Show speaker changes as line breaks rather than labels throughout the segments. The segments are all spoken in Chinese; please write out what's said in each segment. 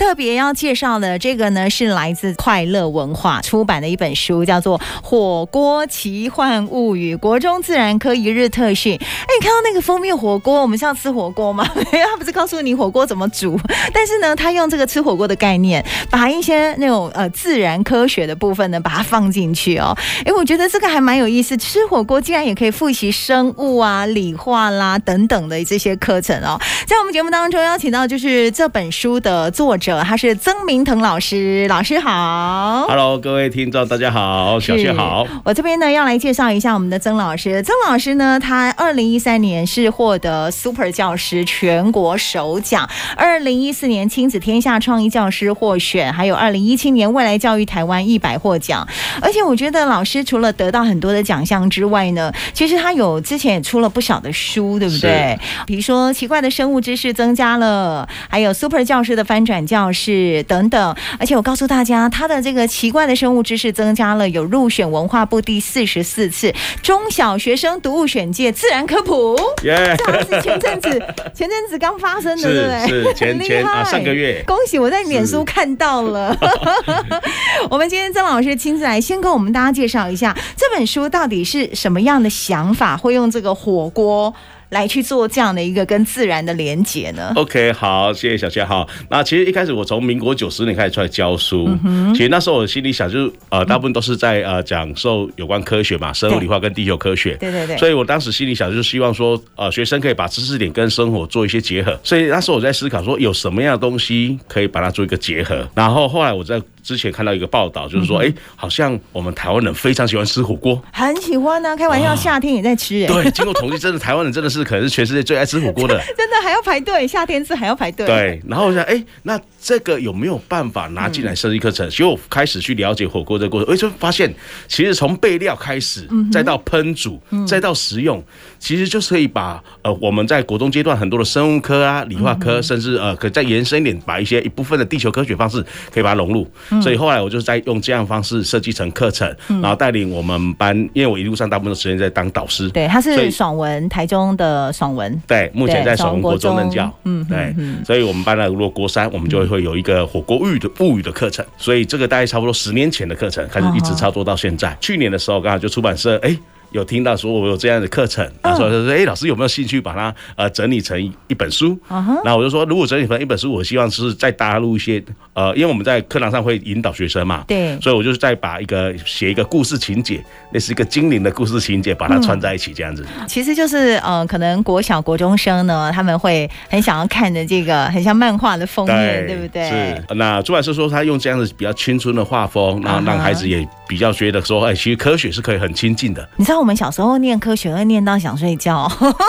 特别要介绍的这个呢，是来自快乐文化出版的一本书，叫做《火锅奇幻物语：国中自然科一日特训》。哎，你看到那个封面火锅，我们是要吃火锅吗？ 他不是告诉你火锅怎么煮， 但是呢，他用这个吃火锅的概念，把一些那种呃自然科学的部分呢，把它放进去哦。哎，我觉得这个还蛮有意思，吃火锅竟然也可以复习生物啊、理化啦等等的这些课程哦。在我们节目当中邀请到就是这本书的作者，他是曾明腾老师，老师好。
Hello，各位听众，大家好，小谢好。
我这边呢要来介绍一下我们的曾老师。曾老师呢，他二零一三年是获得 Super 教师全国首奖，二零一四年亲子天下创意教师获选，还有二零一七年未来教育台湾一百获奖。而且我觉得老师除了得到很多的奖项之外呢，其实他有之前也出了不少的书，对不对？比如说奇怪的生物知识增加了，还有 Super 教师的翻转教室等等。而且我告诉大家，他的这个奇怪的生物知识增加了，有入选文化部第四十四次中小学生读物选界自然科普。
耶、
这好像啊是前阵子，前阵子刚发生的，对不对？
是 是前
很厉
前啊
害
上个月
恭喜我在脸书看到了。 我们今天曾老师亲自来，先跟我们大家介绍一下这本书到底是什么样的想法，会用这个火锅来去做这样的一个跟自然的连结呢？
OK，好，谢谢小谢好。那其实一开始我从民国九十年开始出来教书，
嗯
其实那时候我心里想就是呃，大部分都是在呃讲授有关科学嘛，生物
对
理化跟地球科学。
对对对
所以我当时心里想就是希望说，呃，学生可以把知识点跟生活做一些结合。所以那时候我在思考说，有什么样的东西可以把它做一个结合。然后后来我在之前看到一个报道，就是说，
嗯
哎、好像我们台湾人非常喜欢吃火锅。
很喜欢呢、开玩笑，夏天也在吃、哎，
对，经过统计，真的台湾人真的是可能是全世界最爱吃火锅的。
真的还要排队，夏天吃还要排队。
对，然后我想，哎、那这个有没有办法拿进来设计课程？所以我开始去了解火锅这个过程，我就发现，其实从备料开始，再到烹煮，再到食用，其实就是可以把呃我们在国中阶段很多的生物科啊、理化科，甚至呃可再延伸一点，把一些一部分的地球科学方式可以把它融入。所以后来我就在用这样的方式设计成课程，然后带领我们班，因为我一路上大部分的时间在当导师，
对，他
所
是
以
爽文，台中的爽文。
对，目前
对
在
小
小
文
文
国
国中任
中
教，
嗯
对，所以我们班呢，如果国三，我们就会有一个火锅物语的物语的课程，所以这个大概差不多十年前的课程，开始一直操作到现
哦
在。去年的时候，刚好就出版社哎。有听到说我有这样的课
哦
程，然后说说哎、老师有没有兴趣把它呃整理成一本书？
啊
然后我就说，如果整理成一本书，我希望是再搭入一些呃，因为我们在课堂上会引导学生嘛，
对
所以我就是再把一个写一个故事情节，类似一个精灵的故事情节，
嗯
把它串在一起这样子。
其实就是呃，可能国小国中生呢，他们会很想要看的这个很像漫画的封面，对不对？
是。那出版社说他用这样子比较青春的画风，
啊哈
那让孩子也比较觉得说，哎，其实科学是可以很亲近的。
你知道我们小时候念科学会念到想 睡觉，哦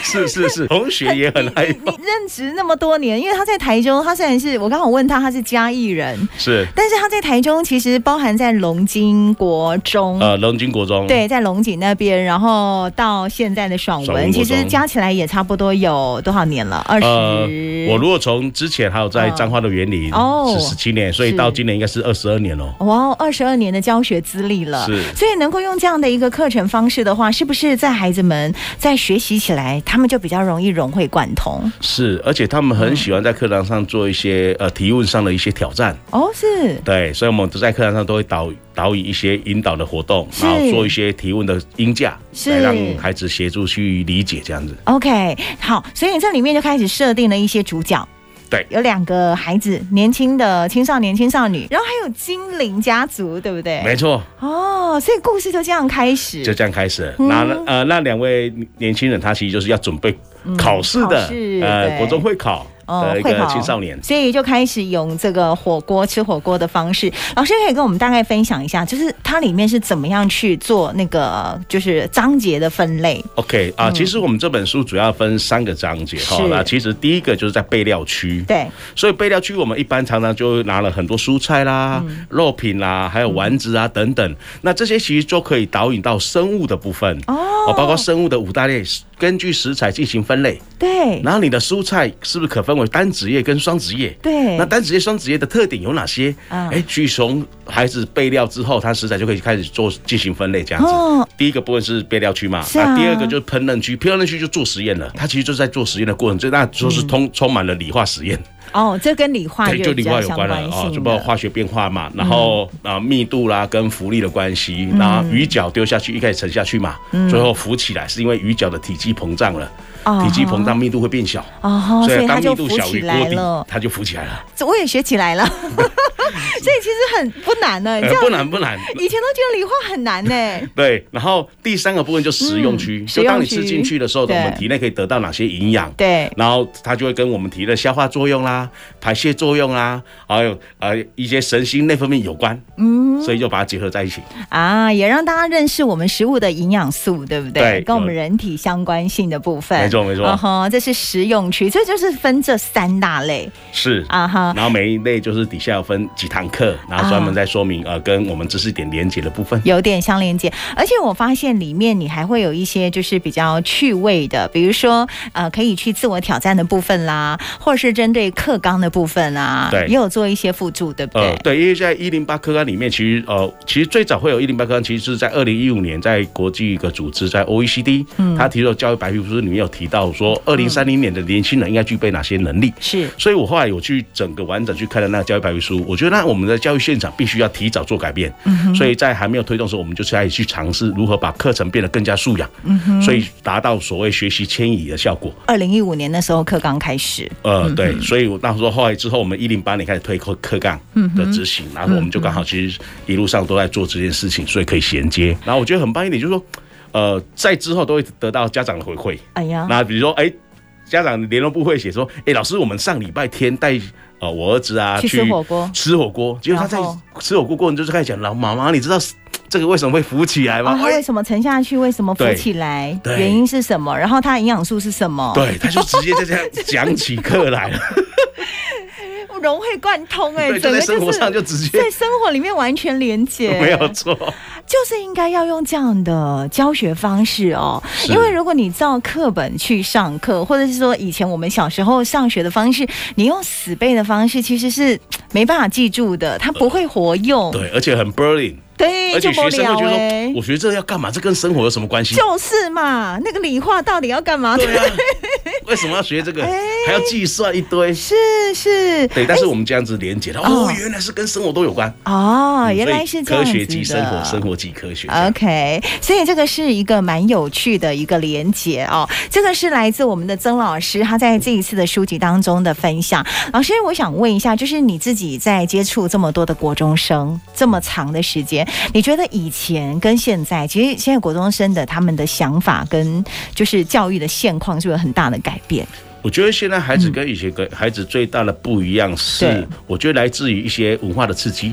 是是是，同学也很爱
你任职那么多年，因为他在台中，他虽然是我刚好问他他是嘉义人，
是
但是他在台中其实包含在龙津国中。
呃，龙津国中
对，在龙井那边，然后到现在的爽文，
爽文
其
国
实
中
加起来也差不多有多少年了？二十、啊
呃，我如果从之前还有在彰化的园林
哦
是十七年，所以
是
到今年应该是二十二年了。哦
哇，二十二年的教学资历了，
是
所以能够用这样的一个课程方式的话，是不是在孩子们在学习起来，他们就比较容易融会贯通？
是，而且他们很喜欢在课堂上做一些呃提问上的一些挑战。
哦，是
对，所以我们都在课堂上都会导导以一些引导的活动，
是
然后做一些提问的音架，
是
来让孩子协助去理解这样子。
OK，好，所以这里面就开始设定了一些主角。
对
有两个孩子，年轻的青少年、青少女，然后还有精灵家族，对不对？
没错，
哦，所以故事就这样开
就
始。
这样开始。
嗯
那呃，那两位年轻人，他其实就是要准备考试
嗯考
的
试，对
呃，国中会考的一
哦会
个
跑
青少年。
所以就开始用这个火锅吃火锅的方式。老师可以跟我们大概分享一下，就是它里面是怎么样去做那个就是章节的分类？
OK 啊，其实我们这本书主要分三个章节哈
嗯是。
那其实第一个就是在备料区，
对，
所以备料区我们一般常常就拿了很多蔬菜啦、
嗯
肉品啦，还有丸子啊等等。那这些其实就可以导引到生物的部分
哦
包括生物的五大类根据食材进行分类，
对
然后你的蔬菜是不是可分为单子叶跟双子叶？
对
那单子叶、双子叶的特点有哪些？
嗯
哎，去从孩子备料之后，他食材就可以开始做进行分类，这样子。
哦
第一个部分是备料区嘛，
是啊
那第二个就是烹饪区，烹饪区就做实验了。他其实就是在做实验的过程，就那就是通、充满了理化实验，
哦，这跟理化
对，
嗯
就
有比
理化
较
有
相
关了
关
哦，
性
就包括
的嗯
化学变化嘛，然后啊、密度啦跟浮力的关系，然后鱼角丢下去一开始沉下去嘛，最后浮起来是因为鱼角的体积膨胀了，
嗯哦
体积膨胀密度会变小。
哦，所
所
以
以
它
当
就
密度
浮
小
起
于
来
锅
了
底，。它就浮起来了。
这我也学起来了， 所以其实很不难呢、哎这
呃
样
不难不难。
以前都觉得理化很难呢、
对，然后第三个部分就食用区，
嗯
就当你
食用
吃
区
进去的时候，我
对
们体内可以得到哪些营养？
对
然后它就会跟我们体内的消化作用啦、排泄作用啦，还有呃一些神经内分泌有关，嗯，所以就把它结合在一起。
啊，也让大家认识我们食物的营养素，对不对？
对
跟我们人体相关性的部分。
没错没错
嗯哼，这是食用区，这就是分这三大类
是
啊哈。
然后每一类就是底下有分几堂课，然后专门在说明呃跟我们知识点连接的部分。
有点相连接，而且我发现里面你还会有一些就是比较趣味的，比如说呃，可以去自我挑战的部分啦，或者是针对课纲的部分啊，
对
也有做一些辅助，对不对？
呃，对，因为在一零八科纲里面，其实呃，其实最早会有一零八科纲，其实是在二零一五年，在国际一个组织，在 OECD，他提出的教育白皮书里面有提到说，二零三零年的年轻人应该具备哪些能力。
是
所以我后来有去整个完整去看了那个教育白皮书，我觉得那我们的教育现场必须要提早做改变，所以在还没有推动的时候，我们就开始去尝试如何把课程变得更加素养，所以达到所谓学习迁移的效果。
二零一五年那时候课纲开始，
呃，
嗯
对，所以我那时候后来之后，我们一零八年开始推课课纲
嗯
的执行，然后我们就刚好其实一路上都在做这件事情，所以可以衔接。然后我觉得很棒一点就是说，呃，在之后都会得到家长的回馈。
哎呀，
那比如说，哎、家长联络部会写说，哎、老师，我们上礼拜天带呃我儿子啊
去吃火锅
吃火锅，结果他在
然后
吃火锅过程就是开始讲，老妈妈，你知道这个为什么会浮起来吗
啊，？它
哎
为什么沉下去？为什么浮
对
起来？
对
原因是什么？然后它的营养素是什么？，
对，他就直接在这样讲起课 来了，
融会贯通哎、
对，
整
就
个就
在
是
生活上就嗯直接
在生活里面完全连接，
没有错。
就是应该要用这样的教学方式哦，因为如果你照课本去上课，或者是说以前我们小时候上学的方式，你用死背的方式，其实是嘖没办法记住的，它不会活用，
对，而且很 burning，
对，
而
就
且
不
学生
了
会觉得
哦哎
说，、我学这要干嘛？这跟生活有什么关系？
就是嘛，那个理化到底要干嘛？
对啊，为什么要学这个？还要计算一堆。
是是，
对，但是我们这样子连接了，哦
哎哦，
原来是跟生活都有关。
哦，原来
嗯所
是
以
这样
科
子的。
学即生活，生活即科学。
OK，所以这个是一个蛮有趣的一个连结哦。这个是来自我们的曾老师，他在这一次的书籍当中的分享。老师，我想问一下，就是你自己在接触这么多的国中生这么长的时间，你觉得以前跟现在，其实现在国中生的他们的想法跟就是教育的现况是不是有很大的改变？
我觉得现在孩子跟以前跟孩子最大的不一
嗯
样
对
是，我觉得来自于一些文化的刺激。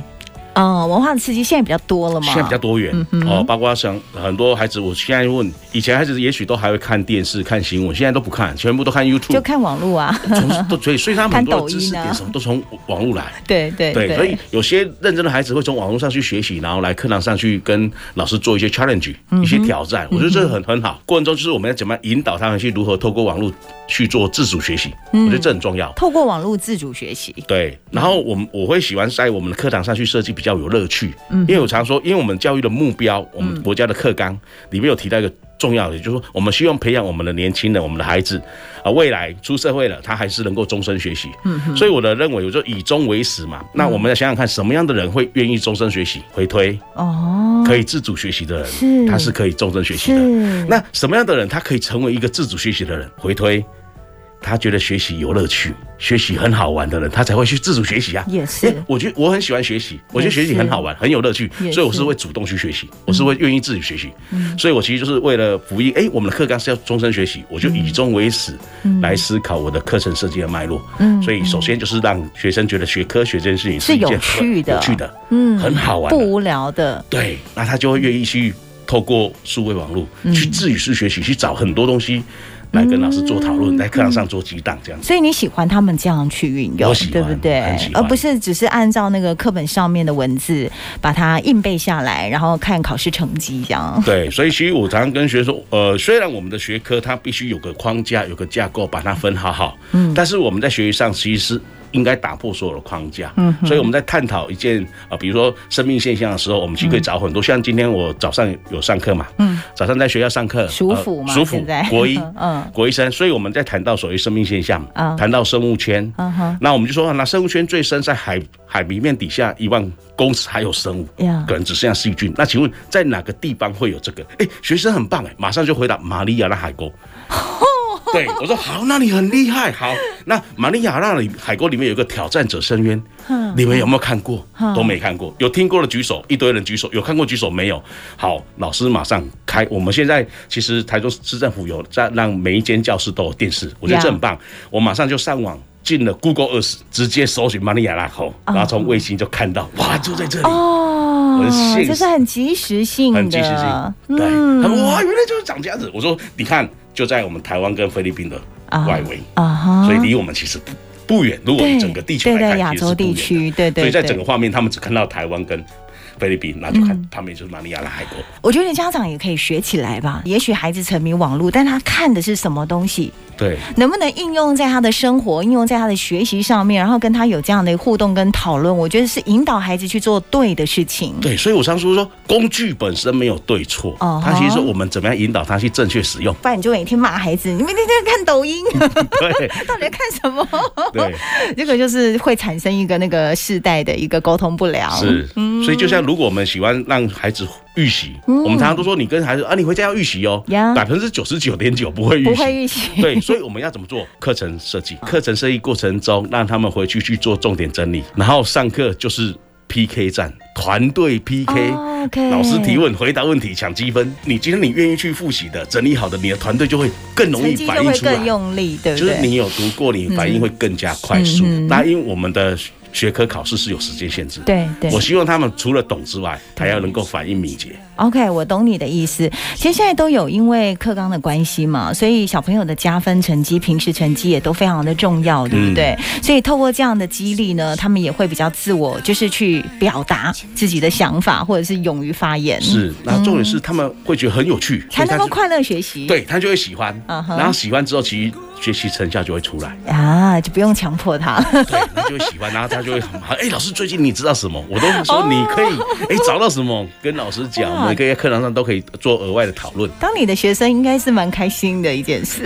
嗯，文化的嗯刺激现在比较多了嘛？
现在比较多元、哦，包括像很多孩子，我现在问，以前孩子也许都还会看电视、看新闻，现在都不看，全部都看 YouTube，
就看网络啊，
从都所以所以他们
看
很多
抖
的知识
音啊
点什么都从网络来。
对对
对，所以有些认真的孩子会从网络上去学习，然后来课堂上去跟老师做一些 challenge，、一些挑战。我觉得这很很好。过程中就是我们要怎么样引导他们去如何透过网络去做自主学习，我觉得这很重要。
透过网络自主学习，
对，然后我们我会喜欢在我们的课堂上去设计比较有乐趣，因为我常说，因为我们教育的目标，我们国家的课纲里面有提到一个重要的，就是说我们希望培养我们的年轻人，我们的孩子啊，未来出社会了，他还是能够终身学习。所以我的认为，我就以终为始嘛。那我们要想想看，什么样的人会愿意终身学习？回推
哦，
可以自主学习的人，
是
他是可以终身学习的。
是
那什么样的人他可以成为一个自主学习的人？回推，他觉得学习有乐趣，学习很好玩的人，他才会去自主学习啊。
也是
因为我觉得我很喜欢学习，我觉得学习很好玩，很有乐趣
也，是嗯
所以我是会主动去学习，我是会愿意自己学习。所以我其实就是为了服役，哎、我们的课纲是要终身学习，我就以终为始
嗯
来思考我的课程设计的脉络。所以首先就是让学生觉得学科学这件事情
是
一件
有趣的
很有趣的，
嗯
很好玩
不
的，
无聊的，
对，那他就会愿意去透过数位网络去自己去学习，去找很多东西来跟老师做讨论，在课堂上做激荡这样子。
所以你喜欢他们这样去运用
我喜，欢
对不对
很喜？欢
而不是只是按照那个课本上面的文字把它硬背下来，然后看考试成绩这样。
对，所以其实我常常跟学生说，呃，虽然我们的学科它必须有个框架、有个架构，把它分好好，嗯，但是我们在学习上其实是应该打破所有的框架，嗯，所以我们在探讨一件啊、呃比如说生命现象的时候，我们其实可以找很多，像今天我早上有上课嘛，嗯，早上在学校上课，
暑辅嘛
暑辅
现在
国一，
嗯
国一生，所以我们在谈到所谓生命现象，
啊
谈到生物圈，
嗯哼，
那我们就说，啊那生物圈最深在海海平面底下一万公尺还有生物
Yeah
可能只剩下细菌。那请问在哪个地方会有这个？哎、学生很棒哎、马上就回答马里亚纳海沟。 对，我说好，那你很厉害。好，那马里亚纳里海沟里面有个挑战者深渊，
嗯
你们有没有看过？都没看过。有听过的举手，一堆人举手；有看过举手没有？好，老师马上开。我们现在其实台中市政府有在让每一间教室都有电视，我觉得
Yeah
这很棒。我马上就上网。进了 Google Earth，直接搜寻马里亚纳口，然后从卫星就看到，哇，就在这里，
哦
我是现实
这是很及时性的，
很及时
啊
性。对，
嗯
他们哇，原来就是长这样子。我说，你看，就在我们台湾跟菲律宾的
啊
外围，
啊哈，
所以离我们其实不不远。如果
对
整个地球来
对对
看，
亚
其实
洲
是不
地
远的。
区，对对，
所以在
对嗯
整个画面，他们只看到台湾跟菲律宾，然后就看旁边就是马里亚纳海沟。
我觉得家长也可以学起来吧。也许孩子沉迷网络，但他看的是什么东西，
对，
能不能应用在他的生活、应用在他的学习上面，然后跟他有这样的互动跟讨论，我觉得是引导孩子去做对的事情。
对，所以我常说说，工具本身没有对错，
哦
它其实是我们怎么样引导它去正确 使用。
不然你就每天骂孩子，你每天在看抖 音，
对
到底在看什么？
对。
这个就是会产生一个那个世代的一个沟通不良。
是，所以就像如果我们喜欢让孩子预习，我们常常都说你跟孩子啊，你回家要预习哦
嗯呀，
百分之九十九点九不会预
不会
习。
预习。
对，所以我们要怎么做？课程设计，课程设计过程中，让他们回去去做重点整理，然后上课就是 PK 战，团队 PK。
哦，OK
老师提问，回答问题，抢积分。你今天你愿意去复习的，整理好的，你的团队就会更容
成
易
绩
反
就
映
会
出来
更。用力，对不
就是
对？嗯
你有读过，你反应会更加快速。那因为我们的学科考试是有时间限制，
对对
我希望他们除了懂之外，还要能够反应敏捷。
OK，我懂你的意思。其实现在都有因为课纲的关系嘛，所以小朋友的加分成绩、平时成绩也都非常的重要，对
嗯
不对？所以透过这样的激励呢，他们也会比较自我，就是去表达自己的想法，或者是勇于发言，
是，那重点是他们会觉得很有趣，所
嗯才
以他
能
就
够快乐学习。
对他就会喜欢，
嗯哼
然后喜欢之后，其实学习成效就会出 来，
啊，就不用强迫他。
对，他就会喜欢，然后他就会很好。哎，老师最近你知道什么？我都说你可以， 哎，找到什么跟老师讲，
哇
我们可以在课堂上都可以做额外的讨 论，
当你的学生应该是蛮开心的一件事。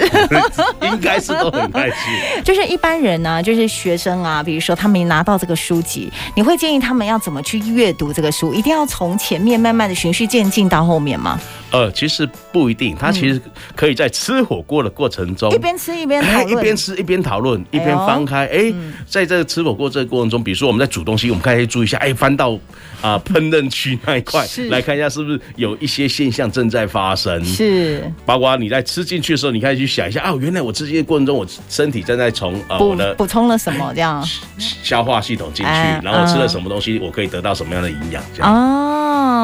应该是都很开心。
就是一般人呢、就是学生啊，比如说他们拿到这个书籍，你会建议他们要怎么去阅读这个书？一定要从前面慢慢的循序渐进到后面吗？
呃，其实不一定，他其实可以在吃火锅的过程中
一。边吃一边
哎
讨
一
论，嗯
边吃一边讨论，一边翻开。哎、在这个吃火锅这个过程中，比如说我们在煮东西，我们可以注意一下，哎，翻到啊、烹饪区那一块
是
来看一下，是不是有一些现象正在发生？
是
包括你在吃进去的时候，你可以去想一下，啊，原来我吃进去的过程中，我身体正在从呃
补
我的
补充了什么这 样？
消化系统进去，
哎
然后吃了
嗯
什么东西，我可以得到什么样的营养？这样。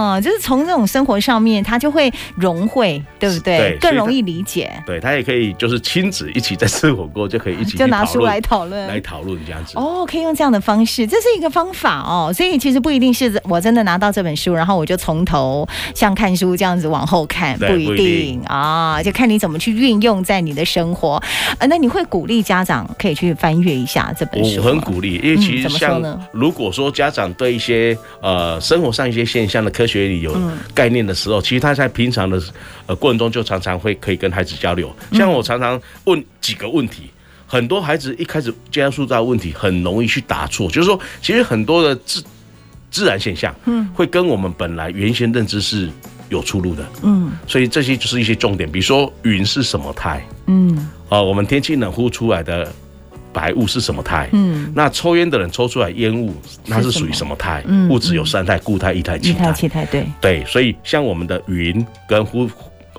哦，就是从这种生活上面，他就会融会，对不对？
对
更
所以
容
他
易理解，
对他也可以，就是亲子一起在吃火锅，就可以一起
就
去
拿
讨
书
论
来讨论。
来讨论这样子。
哦，可以用这样的方式，这是一个方法哦。所以其实不一定是我真的拿到这本书，然后我就从头像看书这样子往后看，
对
不一
不一
定
定
啊、就看你怎么去运用在你的生活。呃，那你会鼓励家长可以去翻阅一下这本
我
书
哦我很
吗
鼓励，因为
嗯
其实
怎么说
像
呢
如果说家长对一些呃生活上一些现象的科学里有
嗯
概念的时候，其实他在平常的呃过程中就常常会可以跟孩子交流。
嗯
像我常常问几个问题。很多孩子一开始接触到问题，很容易去答错，就是说，其实很多的自自然现象，嗯，会跟我们本来原先认知是有出入的，
嗯
所以这些就是一些重点，比如说云是什么态，
嗯
啊，我们天气冷呼出来的白雾是什么态？
嗯，
那抽烟的人抽出来烟雾，那是属于什么态？
嗯
物质有三态：固态、液态、
一
气
态
态。
气态对，
对，所以像我们的云跟呼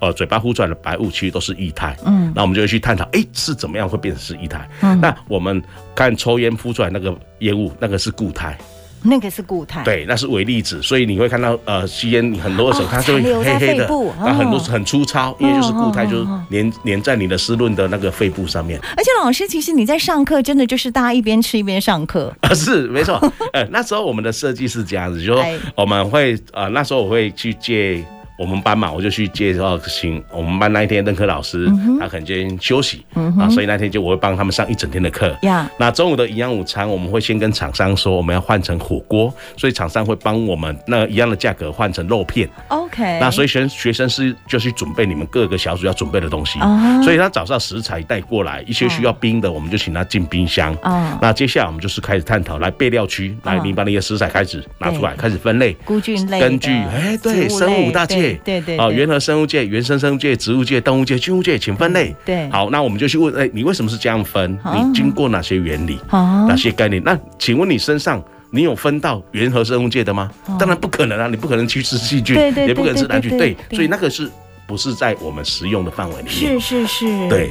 呃嘴巴呼出来的白雾，其实都是液态。
嗯
那我们就会去探讨，诶，是怎么样会变成是液态？
嗯
那我们看抽烟呼出来那个烟雾，那个是固态。
那个是固态，
对，那是微粒子，所以你会看到呃，吸烟很多的时候
哦
它就会
残留在
黑黑
肺
的
部，
那很多
哦
是很粗糙，因为就是固态，
哦哦
就是粘粘在你的湿润的那个肺部上面。
而且老师，其实你在上课真的就是大家一边吃一边上课，
啊， 是没错。呃，那时候我们的设计是这样子，就是
哎
说我们会呃，那时候我会去借我们班嘛，我就去借说，请我们班那一天任课老师，
嗯
他可能今天休息，啊，所以那天就我会帮他们上一整天的课。
呀
那中午的营养午餐，我们会先跟厂商说我们要换成火锅，所以厂商会帮我们那一样的价格换成肉片。
OK，
那
以
所以学学生是就去准备你们各个小组要准备的东西，
啊
所以他早上食材带过来，一些需要冰的，我们就请他进冰箱。
啊
那接下来我们就是开始探讨，来备料区，来
啊
你把那些食材开始拿出来，
对
开始分类。
孤菌类的
根据哎，对，
植
生
类
物五大界，
对对对
哦，
对
原核生物界、原生生物界、植物界、动物界、菌物界，请分类。
嗯对
好，那我们就去问，哎，你为什么是这样分？
啊
你经过哪些原理？
啊
哪些概念？那请问你身上你有分到原核生物界的吗？当然不可能啊，你不可能去吃细菌
哦对对，
也不可能吃
对对
蓝菌，
对
对，
对
所以那个是不是在我们食用的范围里面？
是是是，
对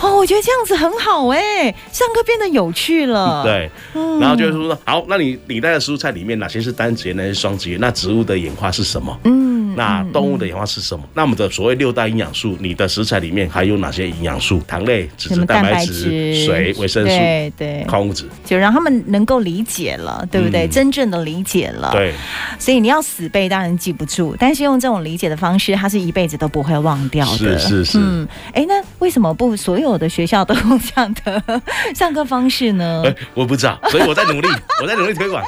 哦，我觉得这样子很好哎、上课变得有趣了，，
对，
哦
然后就是说，好，那你你带的蔬菜里面哪些是单子叶，哪些是双子叶？那植物的演化是什么？
嗯，
那动物的演化是什么？那我们的所谓六大营养素，你的食材里面还有哪些营养素？糖类、脂
什
质、
么
蛋
蛋
白
白
质、
质、
水、维生素、
对对，
矿物质。
就让他们能够理解了，对不对？
嗯
真正的理解了，。
对，
所以你要死背当然记不住，但是用这种理解的方式，他是一辈子都不会忘掉的。
是是是
嗯，哎，那为什么不所有的学校都用这样的上课方式呢？
哎，我不知道，所以我在努力，我在努力推广。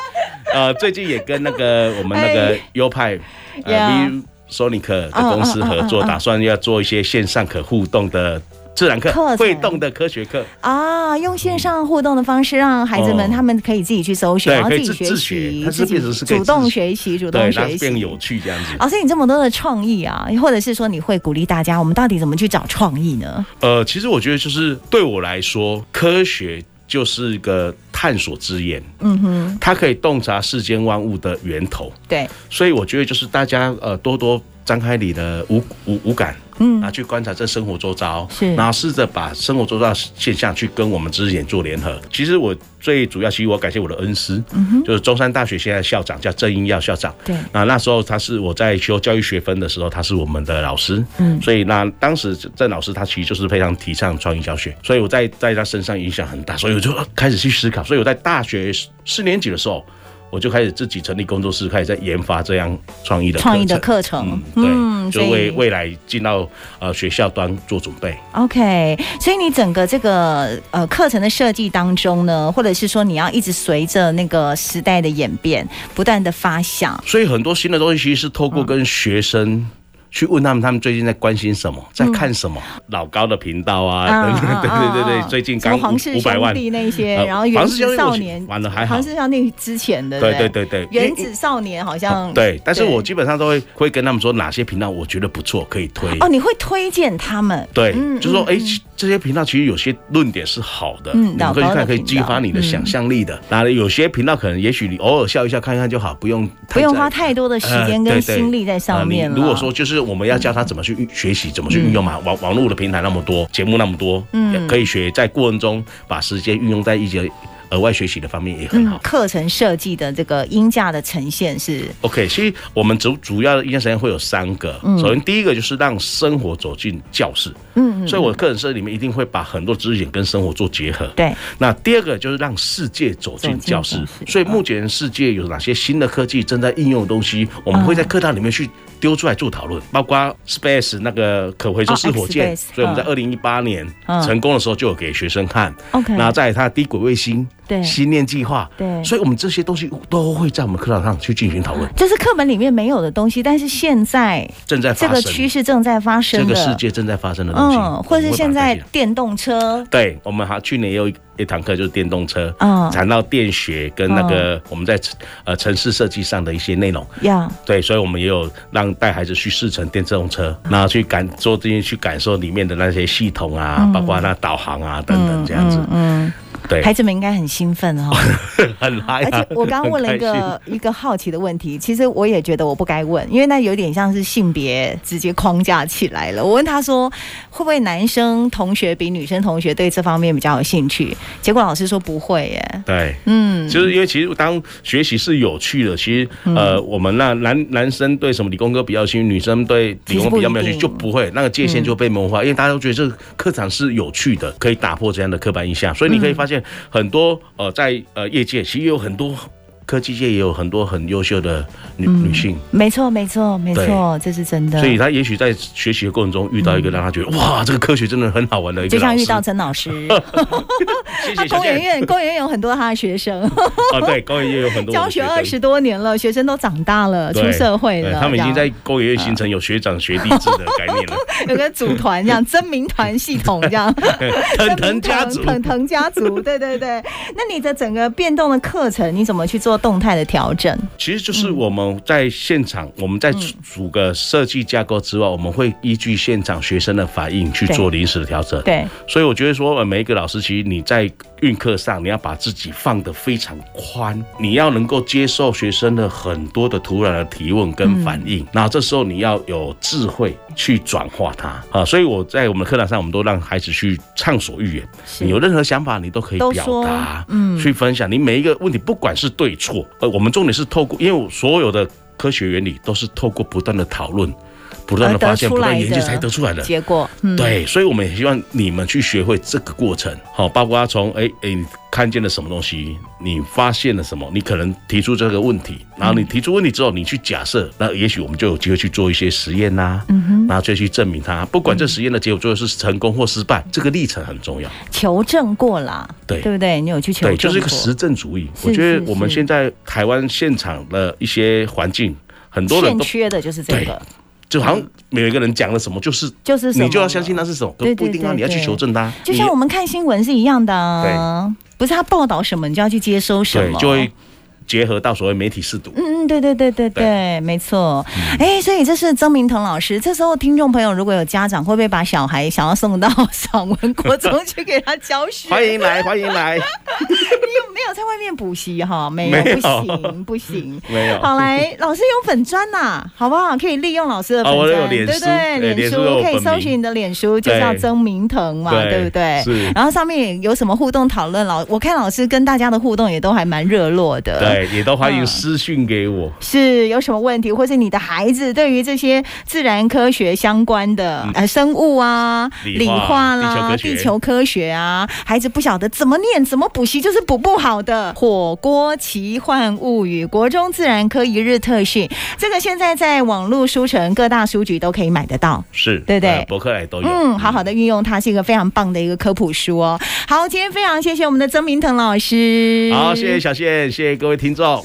呃，最近也跟那个我们那个
哎
优派呃
Yeah
V Sonic 的公司合
嗯嗯嗯
作，
嗯嗯
打算要做一些线上可互动的自然课
课程、
会动的科学课。
啊，用线上互动的方式，让孩子们、
哦
他们可以自己去搜寻，
对
然后
可以
己
自
学
自
习，
学它是变成是可以
主
自
动
学
学习，主
对
动，
让
学啊
它
习
变。有趣这样 子。
老师，你这么多的创意啊，或者是说你会鼓励大家，我们到底怎么去找创意呢？
呃，其实我觉得就是对我来说，科学就是一个探索之眼，
嗯哼，
它可以洞察世间万物的源头。
对，
所以我觉得就是大家呃多多张开你的五五五感，
嗯
啊，去观察这生活周遭，
是
然后试着把生活周遭的现象去跟我们知识点做联合。其实我最主要，其实我感谢我的恩师，就是中山大学现在的校长叫郑英耀校长，
嗯对
那那时候他是我在修教育学分的时候，他是我们的老师，嗯，所以那当时郑老师他其实就是非常提倡创意教学，所以我在在他身上影响很大，所以我就呃开始去思考，所以我在大学四年级的时候。我就开始自己成立工作室，开始在研发这样创意的
创意的
程
课程，
嗯，对，
所
就
以
为未来进到呃学校端做准备。
OK，所以你整个这个呃课程的设计当中呢，或者是说你要一直随着那个时代的演变，不断的发想。
所以很多新的东西其实是透
嗯
过跟学生。去问他们，他们最近在关心什么，在看什么？
嗯
老高的频道啊，等等， 对对对对，最近
啊什么
刚
黄氏
五百
兄
万，
弟那些，
呃
然后原
黄氏兄
子
弟
少
我
年，
玩的还好
黄，氏兄弟之前的，
对
不
对对对，因为
原子少年好像
对，但是我基本上都会会跟他们说哪些频道我觉得不错，可以推。
哦，你会推荐他们，
对，
嗯
就是说，
嗯
哎、其这些频道其实有些论点是好的，
嗯
你们可以
老高的
看，可以
频
激
道嗯
发你的想象力的。当然、有些频道可能，也许你偶尔笑一笑看看就好，不用
不用花
在
太多的时间
呃
跟
对对
心力在上面
呃
了。嗯
你如果说就是我们要教他怎么去运学习，怎么去运用嘛，网网络的平台那么多，节目那么多，嗯，可以学，在过程中把时间运用在一些额外学习的方面也很
嗯
好，。
课程设计的这个音架的呈现是
OK，其实我们主主要的一段时间会有三个，首先第一个就是让生活走进教室，嗯，所以我个人设计里面一定会把很多知识点跟生活做结合，
对。
那第二个就是让世界走进教室
走进教，室
所以目前世界有哪些新的科技正在应用的东西，我们会在课堂里面去丢出来做讨论，包括 Space 那个可回收
嗯
式
哦
火箭，
X-Space，
所以我们在二零一八年
嗯
成功的时候就有给学生看。
OK
那在它的低轨卫星、
对
星链计划，
对
所以我们这些东西都会在我们课堂上去进行讨论，
这是课本里面没有的东西，但是现在
正在
这
发
个
生
趋。势正在发生
这
的，
个世界正在发生的东西，
嗯，或
我们
是
会
现
把
在
它带进来
电动车，
对，我们还去年也有一一堂课就是电动车，
嗯
谈到电学跟那个我们在城呃城市设计上的一些内容。
呀，
对，所以我们也有让带孩子去试乘电动车，
嗯
然后去感做这些去感受里面的那些系统啊，包括那导航啊等等这样子。
嗯，
对
孩子们应该很兴奋哦。
很嗨、
而
啊。
且我刚刚问了一
很开心
个一个好奇的问题，其实我也觉得我不该问，因为那有点像是性别直接框架起来了。我问他说，会不会男生同学比女生同学对这方面比较有兴趣？结果老师说不会耶。
对，嗯，就是因为其实当学习是有趣的，其实呃，我
嗯
们那男男生对什么理工科比较有兴趣，女生对理工比较没
其实不一
有兴
定
趣，就不会那个界限就被萌化，因为大家都觉得这个课堂是有趣的，可以打破这样的刻板印象，所以你可以发现很多呃，在呃业界其实也有很多科技界也有很多很优秀的女、女性。
没错，没错，没错，这是真的
所。以她也许在学习的过程中遇到一个让她觉得、哇，这个科学真的很好玩的一个
就
老
像
师，
遇到曾老 师，
谢谢小
工研
健
院工研院有很多他的学生，
啊，对，高研也有很多我
教
的
学
生
二十多年了，学生都长大了，
对
出社会
对
了，啊
他们已经
这样
在工业形成有学长学弟制的概 念了。
有个组团这样， 真名团系统这样，
腾腾家族
腾腾家族，对对 对。那你的整个变动的课程，你怎么去做动态的调整？
其实就是
嗯
我们在现场，我们在组个设计架构之外，我们会依据现场学生的反应去
对
做临时的调整。
对，
所以我觉得说，呃每一个老师其实你在运课上，你要把自己放得非常宽，你要能够接受学生的很多的突然的提问跟反
嗯
应，然后这时候你要有智慧去转化它啊。所以我在我们的课堂上，我们都让孩子去畅所欲言，
是
你有任何想法，你都可以
都
表
说
达，嗯，去分享。你每一个问题，不管是对错，呃，我们重点是透过，因为我所有的科学原理都是透过不断的讨论。不断的
而得
发现，
出
不断
来
地研究
的
才得出来的。
结果，嗯，
对，所以我们也希望你们去学会这个过程，好，包括从哎哎，你看见了什么东西，你发现了什么，你可能提出这个问题，然后你提出问题之后，你去假设，那也许我们就有机会去做一些实验呐、
嗯
然后就去证明它，不管这实验的结果最后是成功或失败，这个历程很重要。
求证过啦，
对
对不对？你有去求证过，
对，就是一个实证主义。
是
我觉
是
得我们
是
现在台湾现场的一些环境，很多人
欠
都
缺的就是这个，
就好像每一个人讲了什么，就是
就是什么
你就要相信那是什么，可
对
不一
对
定啊，
对
你要去
对
求证它。
就
你
像我们看新闻是一样的啊。不是他报道什么，你就要去接收什
对，
么，
就会结合到所谓媒体试读。
嗯嗯，对对对对对，没错。
嗯
哎、所以这是曾明腾老师。这时候听众朋友如果有家长，会不会把小孩想要送到 爽文国中去给他教学？
欢迎来，欢迎来，
你有没有在外面补习 哈？没有，
没有
不行不行。
没有。
好来，老师有粉砖呐、 好不好？可以利用老师的粉
哦我
砖，
有脸
对不
书
对？
哎
脸
脸
书
书有
可以
本
搜
名
寻你的脸书，就叫
对
曾明腾嘛，对
对
不对？
是
然后上面有什么互动讨论，老我看老师跟大家的互动也都还蛮热络的。
对，也都欢
嗯
迎私讯给我。
是有什么问题，或是你的孩子对于这些自然科学相关的、呃生物啊、
嗯理
理化
化
啦、
地球科学
地球科学啊，孩子不晓得怎么念、怎么补习，就是补不好的。火锅奇幻物语国中自然科一日特训，这个现在在网络书城各大书局都可以买得到。
是，
对对
呃博客来都有。
嗯，好好的运用它是一个非常棒的一个科普书哦。好，今天非常谢谢我们的曾明腾老师。
好，谢谢小谢，谢谢各位听众。